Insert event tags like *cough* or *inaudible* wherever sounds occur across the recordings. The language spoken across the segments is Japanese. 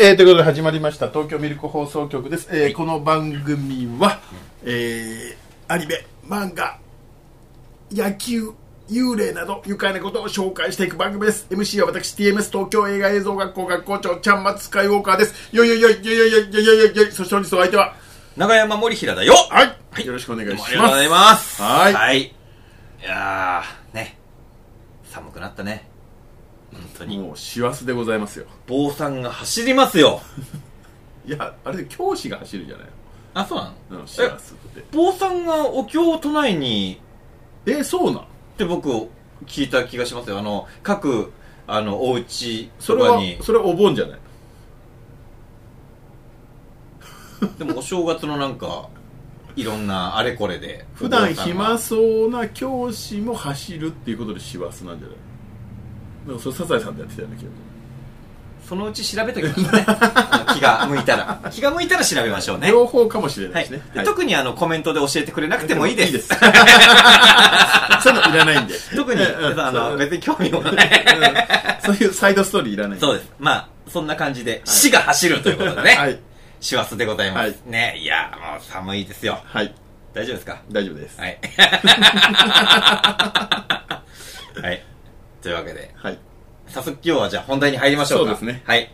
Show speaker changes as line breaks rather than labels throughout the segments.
えーということで始まりました東京ミルク放送局です、えーこの番組は、えーアニメ漫画野球幽霊など愉快なことを紹介していく番組です MC は私 TMS 東京映画映像学校学校長ちゃんまつスカイウォーカーですよいよいよいよいよいよいよいよいよいよいそして本日のお相手は
長山森平だよ
はい、よろしくお願いし
あ
ます
りがとうございます
はい
いいやーね寒くなったね本当に
もう師走でございますよ
坊さんが走りますよ
いやあれ教師が走るじゃない
あそうなの
の師走って
坊さんがお経を唱えに
えそうなん
って僕聞いた気がしますよあの各あのお家
そ
と
れ
か
は
に
それはお盆じゃない
でもお正月のなんかいろんなあれこれで
普段
お坊
暇そうな教師も走るっていうことで師走なんじゃないでもそれサザエさんでやってたような気が
さんがそのうち調べときましょうねあの気が向いたら気が向いたら調べましょうね
両方かもしれな
はいい
ですね、
で
はい
特にあのコメントで教えてくれなくてもいいです
いいです
*laughs*
そういうのいらないんで
特
*laughs*
に、
うんうん
あ
そう
の別に興味もない
そういうサイドストーリーいらないん
*laughs* そうですまあそんな感じで、死が走るということでね、
はい
師走でございます、
はい
ねいやもう寒いですよ
はい
大丈夫ですか
大丈夫です
はい
*laughs*
はいというわけで
はい
早速今日はじゃあ本題に入りましょうか
そうですね
はい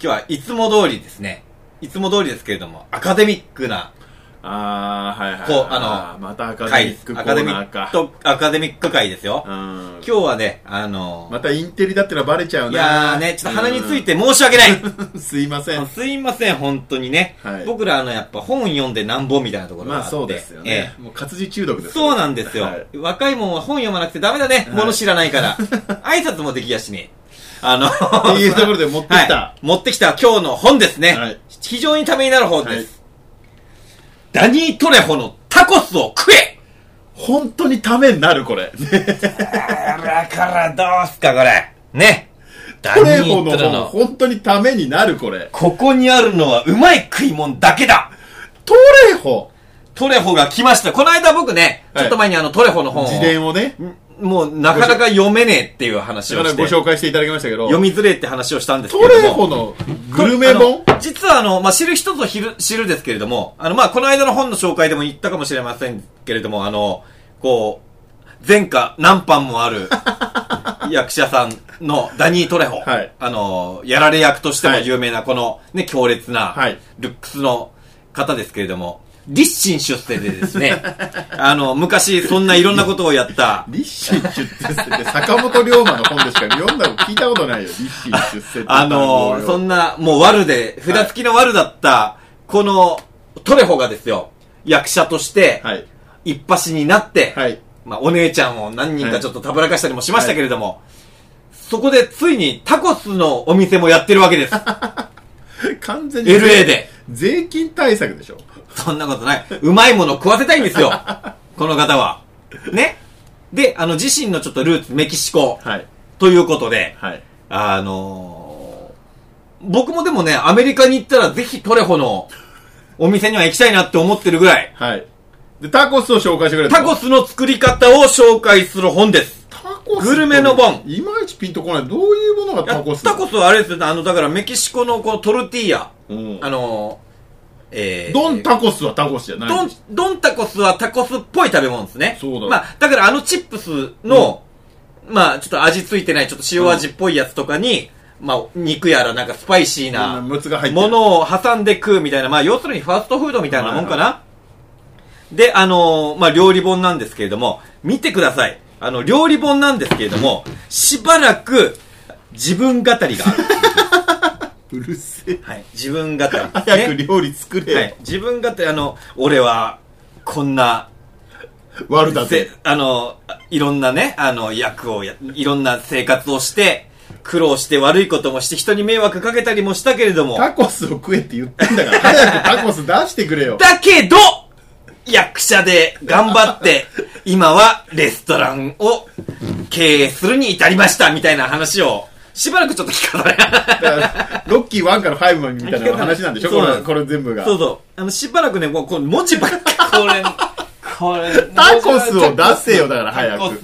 今日はいつも通りですねいつも通りですけれどもアカデミックな
ああはいはい
こうあの
ーまたアカデ
回
ミ
で
ッ
す
クコ
アカデ
ー
ミ
ナ
ッ
ーか
クとアカデミック回ですよ
うん
今日はねあの
またインテリだってのはバレちゃう
い
な
やーね、ちょっと鼻について申し訳ない
うんすいません
すいません、本当にね。
はい
僕ら、あの、やっぱ本読んでなんぼみたいなところがあ
まあ
って。
そうですよね、
え
もう活字中毒
え
です
そうなんですよ、
はい
若いもんは本読まなくてダメだね。
はい
物知らないから。 *laughs* 挨拶もできやしね。あの、
っていうところで持ってきた、
はい持ってきた今日の本ですね。
はい
非常にためになる本です、ダニー・トレホのタコスを食え
本当にためになるこれ
だからどうすか、これ。ね。ダ
トレホの本本当にためになるこれ
ここにあるのはうまい食い物だけだ
トレホ
トレホが来ました。この間僕ね、
はい
ちょっと前にあのトレホの本を、
自伝をね
もうなかなか読めねえっていう話
だか
を
ら
し
ご
て、
紹介していただきましたけど
読みづれえって話をしたんですけ
ト
れ
レ
ど
ホ
も、
のグルメ本
あの実はあの、まあ、知る人ぞ知る知るですけれども、あの、まあ、この間の本の紹介でも言ったかもしれませんけれども、あの、こう、前科何班も
*laughs*
ある役者さんのダニー・トレホ、
はい
あの、やられ役としても有名なこのね、強烈な、
はい
ルックスの方ですけれども、立身出世でで
*laughs*
すね、あの、昔そんないろんなことをやった、
立身出世って坂本龍馬の本でしか読んだの聞いたことないよ立身出世って
あの、
な
そ
ん
な、もう悪で、札付きの悪だった、この、トレホがですよ、役者として、
はい
一発になって、
はい
まあ、お姉ちゃんを何人かちょっとたぶらかしたりもしましたけれども、そこでついにタコスのお店もやってるわ
*laughs*
けです。
完全に
LA で
税金対策でしょ
そんなことない。うまいもの食わせたい
*laughs*
んですよ。この方は。ね。で、あの、自身のちょっとルーツ、メキシコ、
はい
ということで、
はい
あのー僕もでもね、アメリカに行ったらぜひトレホのお店には行きたいなって思ってるぐらい、
はいでタコスを紹介してくれた
タ
の
コスの作り方を紹介する本です。
タコス
グルメの本
いまいちピンとこないどういうものが
いや
タコス
タコスはあれですよね、あの、だからメキシコのこのトルティーヤ、
うん
あのー、えー、
ドンタコスはタコスじゃない
ドン、ドンタコスはタコスっぽい食べ物ですね。
そうだ
まあ、だからあのチップスの、まあ、ちょっと味付いてない、ちょっと塩味っぽいやつとかに、まあ、肉やらなんかスパイシーな
うんムツが入ってる
ものを挟んで食うみたいな、まあ、要するにファーストフードみたいなもんかな。で、あのーまあ、料理本なんですけれども、見てください。あの、料理本なんですけれども、しばらく自分語りがあ
*laughs*
る。
うるせえ
はい。自分語り。
早く
ね
料理作れよ、
はい。自分語り、あの、俺は、こんな、
悪だぜ
せあの、いろんなね、あの、役をや、いろんな生活をして、苦労して悪いこともして、人に迷惑かけたりもしたけれども、
タコスを食えって言ってんだから早くタコス出してくれよ
*laughs* だけど、役者で頑張って、今はレストランを経営するに至りました、みたいな話を、しばらくちょっと聞かされ
だからロッキー1から5までみたいな話なんでしょ
そ
こ
うなん
れ
です
これ全部が
*laughs* そうそう。あの、しばらくね、こう、こう文字ばっかこれ、これ。
タコスを出せよだから早く
タコス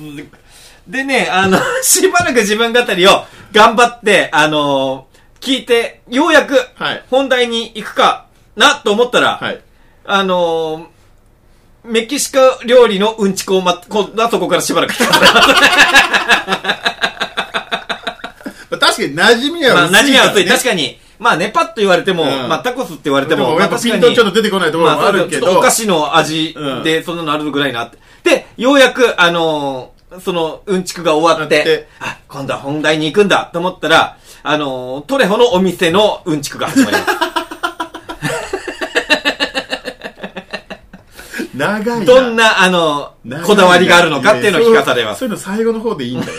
*laughs* でね、あの、しばらく自分語りを頑張って、あのー聞いて、ようやく
はい、
本題に行くかなと思ったら、
はい。
あのー、メキシコ料理のうんちくをま、こんなとこからしばら
*laughs*
く聞かない。
まあ確かに馴染みは
ま
薄いか
あ、
らね、
何が熱い。確かに。まあね、パッと言われても、
うん
まあタコスって言われて
で
も、
も
ま
や
あ
っぱ
確
ピ
か
ン
に
トちょっと出てこないところもあるけ
まあそうそうちょっと
ど。
お菓子の味で、そんなのあるぐらいなって。で、ようやく、あのーその、うんちくが終わっ
終わって
て、あ、今度は本題に行くんだと思ったら、あのートレホのお店のうんちくが始まり
*laughs*
ます。
長いな。
どんな、あのー
長いな
こだわりがあるのかっていうのを聞かされま
そ
す。
うそういうの最後の方でいいんだよ。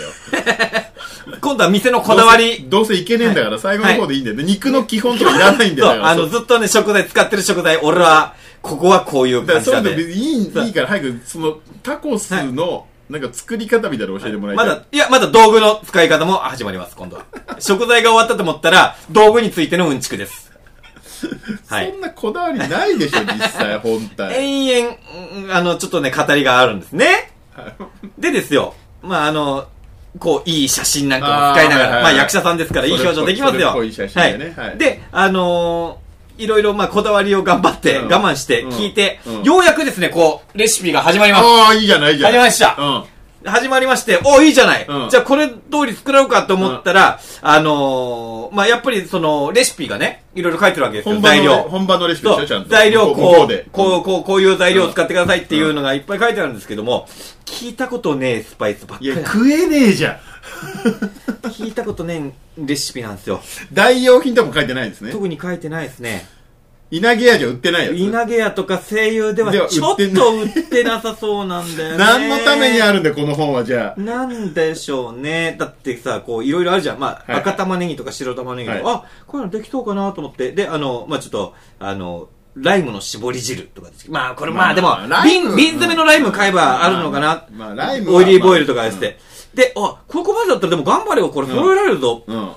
今度は店のこだわり。
どうせどうせいけねえんだから最後の方でいいんだよね。肉の基本とかいらないんだ
そ
よ。
う、あの、
そう
ずっとね、食材、使ってる食材、俺は、ここはこういう
だか
感
ら
じ
そうい
だ
うの別
ね。
にいいいいから早く、その、タコスの、なんか作り方みたいなの教えてもらいた
ま
い。
だ、いや、まだ道具の使い方も始まりま
*laughs*
す、今度は。食材が終わったと思ったら、道具についてのうんちくです。は
*laughs*
い
そんなこだわりない
*laughs*
でしょ、実際、本体。
延々、うんあの、ちょっとね、語りがあるんですね。でですよ、まあ、あの、こう、いい写真なんかも使いながら、
あーはいはいはい
まあ、役者さんですから、いい表情できますよ。
それっぽいそれっぽい写真でね
は
はい
で、あのーいろいろ、まあ、こだわりを頑張って、
うん
我慢して、
うん
聞いて、
うん
ようやくですね、こう、レシピが始まります。
ああ、いいじゃないいいじゃ
始まり
ない。
ました。
うん。
始まりまして、おいいじゃない、
うん
じゃあこれ通り作ろうかと思ったら、あのーまあ、やっぱりその、レシピがね、いろいろ書いてるわけですよ、
本場
材料
の、。本場のレシピでし
そ
ょ、ちゃん
う
と。
材料
向こ
こ
うで
う、。こう、こう、こういう材料を使ってくださいっていうのがいっぱい書いてあるんですけども、聞いたことねえスパイスばっか
いや、。
り
食えねえじゃん。
聞いたことねえレシピなんですよ。
代用品とも書いてないですね。
特に書いてないですね。
稲毛屋じゃ売ってないやつ。
稲毛屋とか声優では
では
ちょっ
売ってな
と売ってなさそうなんだよ
*laughs*
ね。
何のためにあるんだよ、この本は、じゃあ。
なんでしょうね。だってさ、こう、いろいろあるじゃん。まあ、
はい
赤玉ねぎとか白玉ねぎとか、
は
あ、こういうのできそうかなと思って。で、あの、まあちょっと、あの、ライムの絞り汁とかですまあこれまあでも
まあ、ライ
瓶、
ム
瓶詰めのライム買えばあるのかな。
まあまあライムは
オイリーボイルとかして。で、あ、ここまでだったらでも頑張れよ、これ揃えられるぞ。
うん。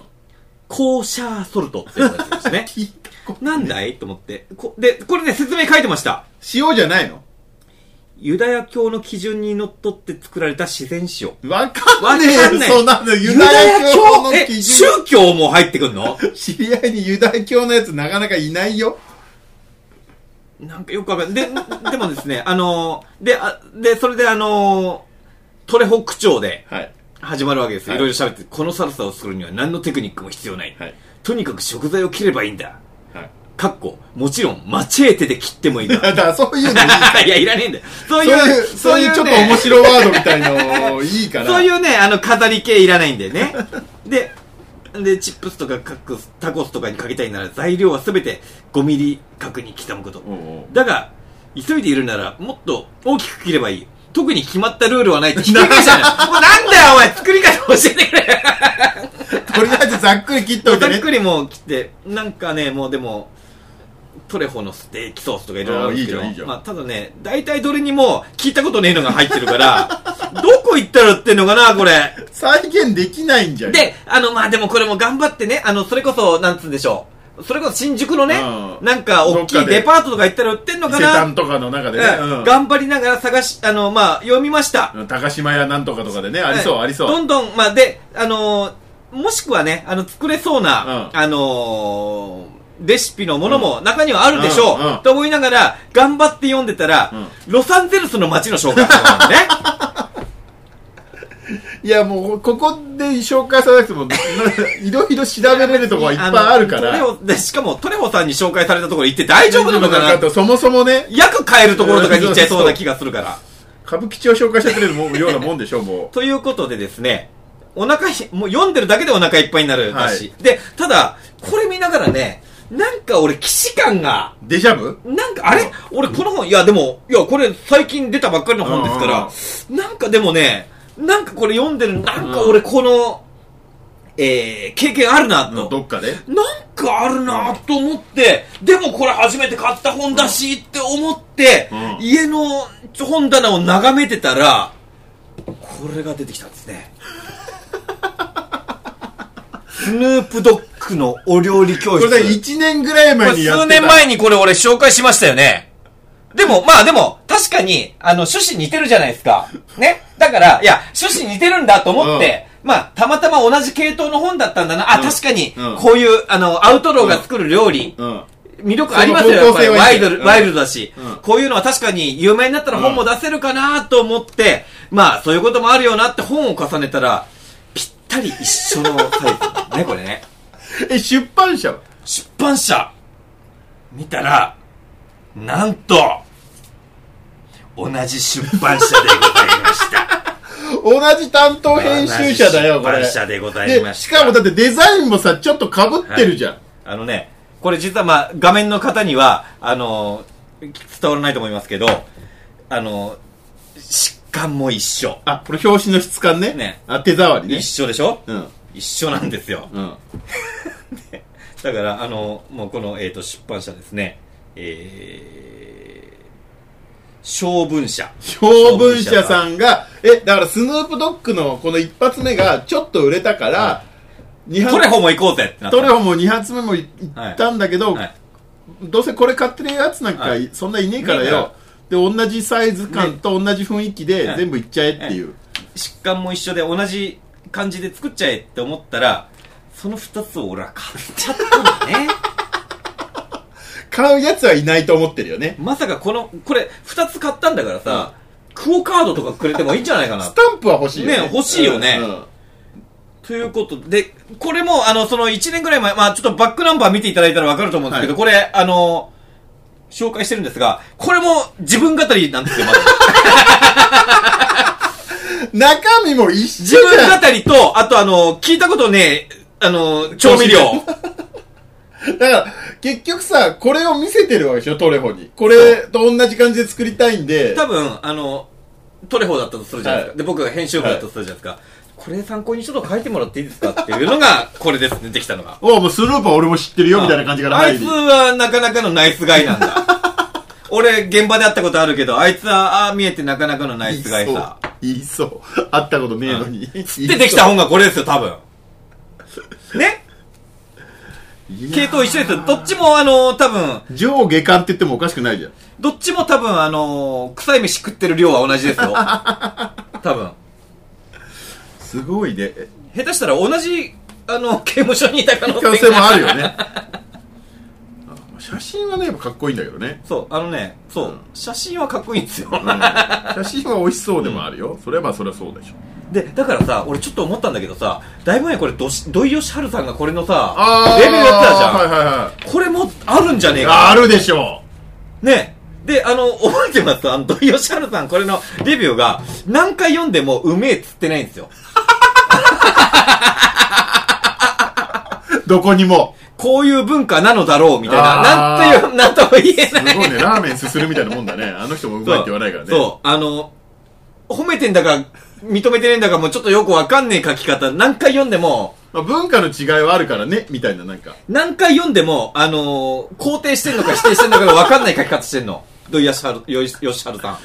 コーシャーソルトってやつですね
*laughs* 。聞いたこと
なんだいと思って。こで、これね、説明書いてました。
塩じゃないの
ユダヤ教の基準にのっとって作られた自然塩。
わかんねえ
わかん
よ、
ない
*laughs* そんなの。ユダヤ教の
え、
基
宗
準。
教も入ってくんの
知り合いにユダヤ教のやつなかなかいないよ。
なんかよくわかんない。で、でもですね、あのー、で、あで、それであのー、トレホ区長で
はい。
始まるわけですよ。
はい
いろいろ喋って、このサルサを作るには何のテクニックも必要ない。
はい
とにかく食材を切ればいいんだ。
はい。 *laughs*
かっこ、もちろん、マチェーテで切ってもいい
だ
が。
からそういう *laughs* のいい。
いや、いらねえんだよ。 *laughs* そ
そう
うい、
いうう、そういうちょっと
ね
面白ワードみたいのいいから。
そういうね、あの、飾り系いらないんだ
*laughs*
よね。で、で、チップスとかカックスタコスとかにかけたいなら材料はすべて5ミリ角に刻むこと。
おうおう
だが、急いでいるならもっと大きく切ればいい。特に決まったルールはないってひっくり
*laughs*
返したんだよ。もうなんだよお前作り方教えてくれよ。
とりあえずざっくり切っとい
ざ
て
っ
ね。
くりもう切って、なんかね、もうでも、トレホのステーキソースとかいろいろあるんですけど、
あーいいじゃんいいじゃん
まあただね、大体どれにも聞いたことねえのが入ってるから、 *laughs* どこ行ったら売ってんのかな、これ。
再現できないんじゃん。
で、あの、まあでもこれも頑張ってね、あの、それこそ、なんつうんでしょう。それこそ新宿のね、
うん
なんか大き
どっ
い
かで
デパートとか行ったら売ってんの
伊
か
勢丹
な、
とかの中でね。
うん
うん
頑張りながら探し、あの、まあ読みました。
うん高島屋なんとかとかでね、ありそう、
はい
ありそう。
どんどん、まあで、あのーもしくはね、あの、作れそうな、
うん
あのーレシピのものも中にはあるでしょう、
うんうん
と思いながら、頑張って読んでたら、ロサンゼルスの街の紹介とか
*laughs*
なんだね。
いや、もう、ここで紹介されなくても、 *laughs* ないろいろ調べれるとこはいっぱいあるか
トレ
ら。
ホでしかもトレホさんに紹介されたところ行って大丈夫なのかな
とそもそもね、
役変えるところとかに行っちゃいそうな気がするから。
歌舞伎町紹介してくれるもんようなもんでしょ、も
ということでですね、お腹ひ、もう読んでるだけでお腹いっぱいになるだし。
は
で、ただ、これ見ながらね、なんか俺、既視感が、
う。デジャブ
なんか、あれ、俺この本、いやでも、いや、これ最近出たばっかりの本ですから、なんかでもね、なんかこれ読んでる、なんか俺この、えー、経験あるなと。
どっかで。
なんかあるなと思って、でもこれ初めて買った本だしって思って、
うん
家の本棚を眺めてたら、これが出てきたんですね。 *laughs* スヌープドッグのお料理教
こ
室。
れね、1年ぐらい前にやってた。
数年前にこれ俺紹介しましたよね。でも、まあでも、確かに、あの、趣旨似てるじゃないですか。ね。だから、いや、趣旨似てるんだと思って、まあ、たまたま同じ系統の本だったんだな。あ、
うん
確かに
うん、
こういう、あの、アウトローが作る料理、
うん。
魅力ありますよ、やっぱり。
その方向性
ワ
はい
イ
いね
ド
う
ル、
ん
ワイルドだし
うん。
こういうのは確かに有名になったら本も出せるかなと思って、まあ、そういうこともあるよなって本を重ねたら、ぴったり一緒のサイズ。ね、これね。
え、出版社は
出版社見たら、なんと、同じ出版社でございま
*laughs*
した。
同じ担当編集者だよ、これ。
同じ出版社でございま
で
し。
したかもだってデザインもさ、ちょっと被ってるじゃん。
あのね、これ実はまあ、画面の方には、あのー伝わらないと思いますけど、あのー疾患も一緒。
あ、これ表紙の質感ね。
ね
あ、手触りね
一。緒でしょ
うん。
一緒なんですよ。
うん。
だから、あのーもうこの、えっ、と、出版社ですね、えー、小文社。
長文社さんが、え、だからスヌープドッグのこの一発目がちょっと売れたから、
*laughs*
二
トレ
発
ホも行こうぜってなった。
トレホも2発目もいいったんだけど、
はい
どうせこれ買ってるやつなんか
はい
そんないねえから
ねえ
よ。で、同じサイズ感と同じ雰囲気で
ね
全部いっちゃえっていう。
疾患も一緒で同じ感じで作っちゃえって思ったら、その二つを俺は買っちゃった *laughs* んだね。
買うやつはいないと思ってるよね。
まさかこの、これ二つ買ったんだからさ、クオカードとかくれてもいいんじゃないか *laughs* な
ス。タンプは欲しいよね。
ね欲しいよね
うんうん
ということで、これもあの、その一年ぐらい前、まあちょっとバックナンバー見ていただいたらわかると思うんですけど、
は
これ、あの、紹介してるんですが、これも自分語りなんですよ、まず。
中身も一緒じ
自
ゃん
分語りと、あとあの、聞いたことねえ、あの、調味料。
だから、結局さ、これを見せてるわけでしょ、トレホに。これと同じ感じで作りたいんで。
多分あのトレホだったとするじゃないですか、
はい
で僕が編集部だったとするじゃないですか、これ参考にちょっと書いてもらっていいですかっていうのがこれですねできたのが
おうもうスルーパー俺も知ってるよ、みたいな感じから
あ
入
いつ
り。
はなかなかのナイスガイ
*laughs*
なんだ俺現場で会ったことあるけどあいつはああ見えてなかなかのナイスガイさ
言いそう。言いそう。会ったことねえのに。
でできた本がこれですよ多分ね系統一緒ですよどっちもあの多分
上下巻って言ってもおかしくないじゃん。
どっちも多分あの臭い飯食ってる量は同じですよ多分
すごいね。
下手したら同じあの *laughs* 刑務所にいた可能性
可
が
能性もあるよね。あ写真はね、やっぱかっこいいんだけどね。
そう、あのね、そう、
うん
写真はかっこいいんですよ。 *laughs*
うん写真は美味しそうでもあるよ。それはまあそれはそうでしょ。
で、だからさ、俺ちょっと思ったんだけどさ、だいぶ前にこれ、どし土井善晴さんがこれのさ、レベルやってたじゃん。
はいはいはい。
これもあるんじゃねえ
あ
か
あるでしょ
な。ね。で、あの、 *laughs* 覚えてますあの、土井善晴さん、これのレビューが、何回読んでもうめえっつってないんですよ。
どこにも。
こういう文化なのだろう、みたいな。
あ
なん
ー
という、なんとも言えない。
すごいね、ラーメンすするみたいなもんだね。あの人もうまいって言わないからね。
そう、あの、褒めてんだか、認めてねえんだかもうちょっとよくわかんねえ書き方、何回読んでも、
まあ、文化の違いはあるからね、みたいな、なんか。
何回読んでも、あのー肯定してんのか否定してんのかが分かんない書き方してんの。どうよしはる、よし、よしはるさん。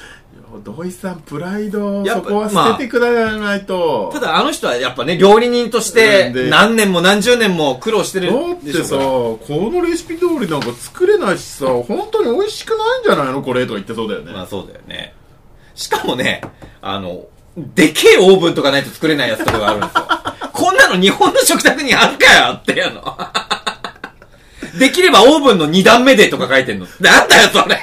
土井さん、プライド、
やっ
そ
ぱ
こは捨ててくだないと。
ただあの人はやっぱね、料理人として
で
何年も何十年も苦労してる
だっ
で
て
しょ
さ、
うから。
このレシピ通りなんか作れないしさ、本当に美味しくないんじゃないのこれとか言ってそうだよね。
まあそうだよね。しかもね、あの、でけえオーブンとかないと作れないやつとかがあるんです *laughs* よ。こんなの日本の食卓にあるかよっていうの。できればオーブンの2段目でとか書いてんの。なんだよそれ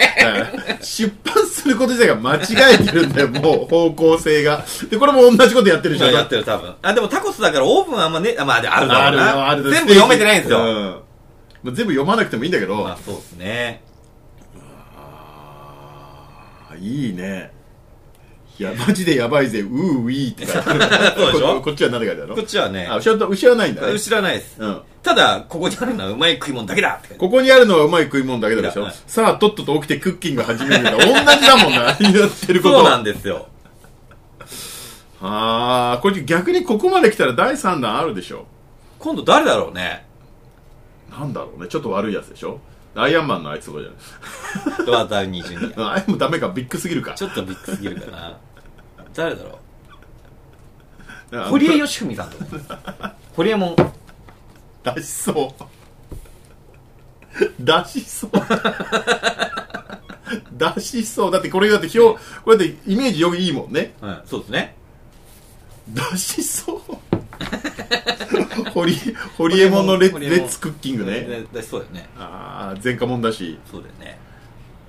出版すること自体が間違えてるんだよ、もう方向性が。で、これも同じことやってるじゃん。
やってる多分。あ、でもタコスだからオーブンあんまね、あ、まああるだ
あ
ろ
る
うな。
よ、ある
全部読めてないんですよ。
うんまあ全部読まなくてもいいんだけど、
まあそうですね。
あいいね。いや、マジでやばいぜ、うーウィーって書いてある
*laughs* そうでしょ
ここっちは何て書いてあるの
こっちはね
あ、、後ろと、後ろはないんだね。
知らないです。
うん。
ただ、ここにあるのはうまい食い物だけだって感じ
ここにあるのはうまい食い物だけだでし
いや
ょ
はい
さあ、とっとと起きてクッキング始めるのが同じだもんな、やってること。
*laughs* そうなんですよ。
あー、これ逆にここまで来たら第3弾あるでしょ
今度誰だろうね。
なんだろうね、ちょっと悪いやつでしょアイアンマンのあいつとかじゃない
ドアダウニージュニア。
うんあれもダメか、ビッグすぎるか
ち。ょっとビッグすぎるかな。誰だろう。
堀
堀江義文さんとか。堀江もん。
出しそう。出しそう。出しそう。だってこれだって表、これだってイメージよくいいもんね。
うん、そうですね。
出しそう。ホリホリエモンのレッレッツクッキングね
ねだしそうだよね
ああ前科者だし、
そうだよね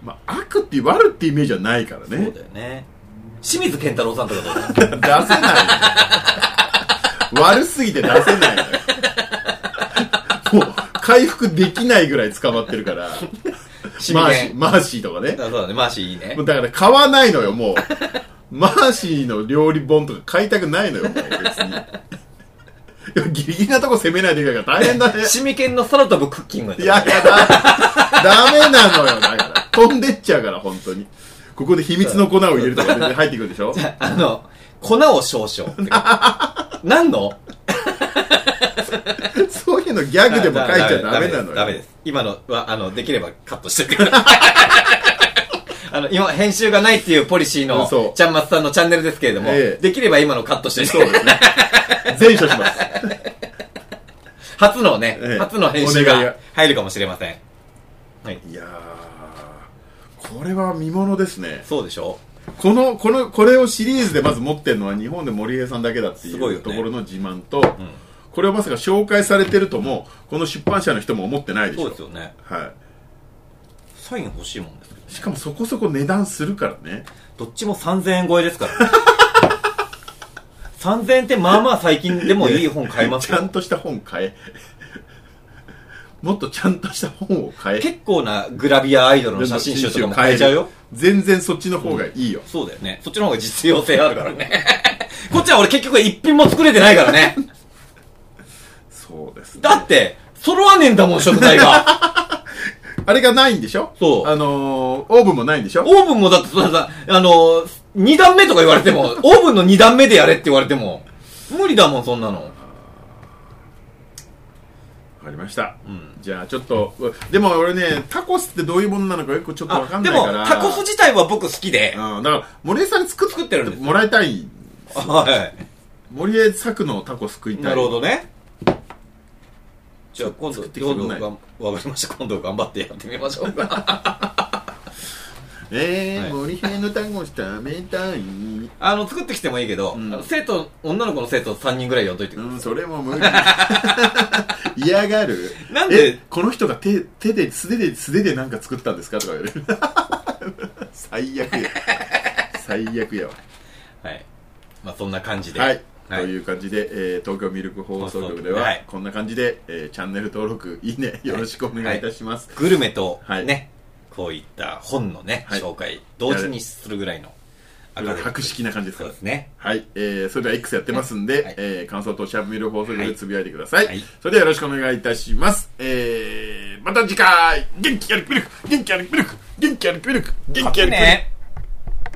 まあ、悪って悪ってイメージはないから
そ
ね
うだよね清水健太郎さんとかど
*laughs*
うだ
出せないのよ悪すぎて出せないのよもう回復できないぐらい捕まってるから
シミ
マーシ
ケ
ー
ン
マーシーとかね
あそうだねマーシーいいね
もうだから買わないのよもうマーシーの料理本とか買いたくないのよもう別にでもギリギリなとこ攻めないといけないから大変だね
シミケンの空飛ぶクッキング
いやいやだダメなのよだから飛んでっちゃうから本当にここで秘密の粉を入れるとか全然入ってくるでしょ
あの粉を少々ってこと何の
そういうのギャグでも書いちゃダメなのよ
ダメです。今のは、あの、できればカットしてくだ
*laughs*
さい。あの、今、編集がないっていうポリシーの
そう、
ちゃんまつさんのチャンネルですけれども、
ええ
できれば今のカットして
そうですね全処します
初のね、
ええ
初の編集
お願い
が
が
入るかもしれません。
いやーこれは見ものですね
そうでしょ
このこのこれをシリーズでまず持ってるのは日本で森江さんだけだってい
すごいよ
うと
ね
ころの自慢と、これをまさか紹介されてるともこの出版社の人も思ってないでしょ
そうですよね。
は
サイン欲しいもんですけ
い、しかもそこそこ値段するからね
ど、どっちも3000円超えですから、ね。3000円ってまあまあ最近でもいい本買えます
ちゃ
よ
ん。とした本買えもっとちゃんとした本を買え
結構なグラビアアイドルの写真集とかも買えちゃうよ。
全然そっちの方がいいよ、
そうだよね。そっちの方が実用性あるからね。こっちは俺結局一品も作れてないからね。
そうです、ね、
だって、揃わねえんだもん、食材が。
あれがないんでしょ
そう
あのー、オーブンもないんでしょ
オーブンもだってそんなさ、あの、二段目とか言われ
*laughs*
ても、オーブンの二段目でやれって言われても、無理だもん、そんなの。
わかりました、
ん
じゃあちょっとでも俺ねタコスってどういうものなのかよくちょっとわか
あ、
ん
で
ない
も
から、
タコス自体は僕好きで。
うん、だから森江さんに作っ
作ってるんで
て
す
もらいたい
は
森江作のタコス食い
い。
たい
なるほどね。じゃあ今度、
作ってきて
今
く
度
んない
がん、わかりました。 *laughs* 今度頑張ってやってみましょうか。
*laughs* えー
はい
森江のタコス食べたい
あの、作ってきてもいいけど、
うん
あの生徒、女の子の生徒3人ぐらい呼んどいてく
う
ださい。
んそれも
*laughs*
無理嫌がる
なんで
えこの人が手手で素手で素手でなんか作ったんですかとか言われる *laughs* 最悪や最悪やわ
はい。まあそんな感じで。
はい、
はい
という感じで、えー東京ミルク放送局で
は
はいこんな感じで、えーチャンネル登録いいねよろしくお願いいたします、
グルメと、ね、
はい
こういった本のね、
はい
紹介、同時にするぐらいの
これは博識な感じですか
そう
ら
ですね。
はい、えー、それでは X やってますんで、
はい
えー感想とシャープミルク放送局でつぶやいてください、
はい
それではよろしくお願いいたします、えー、また次回元気やるミルク元気やるミルク元気やるミルク元気やるミルク、
ね。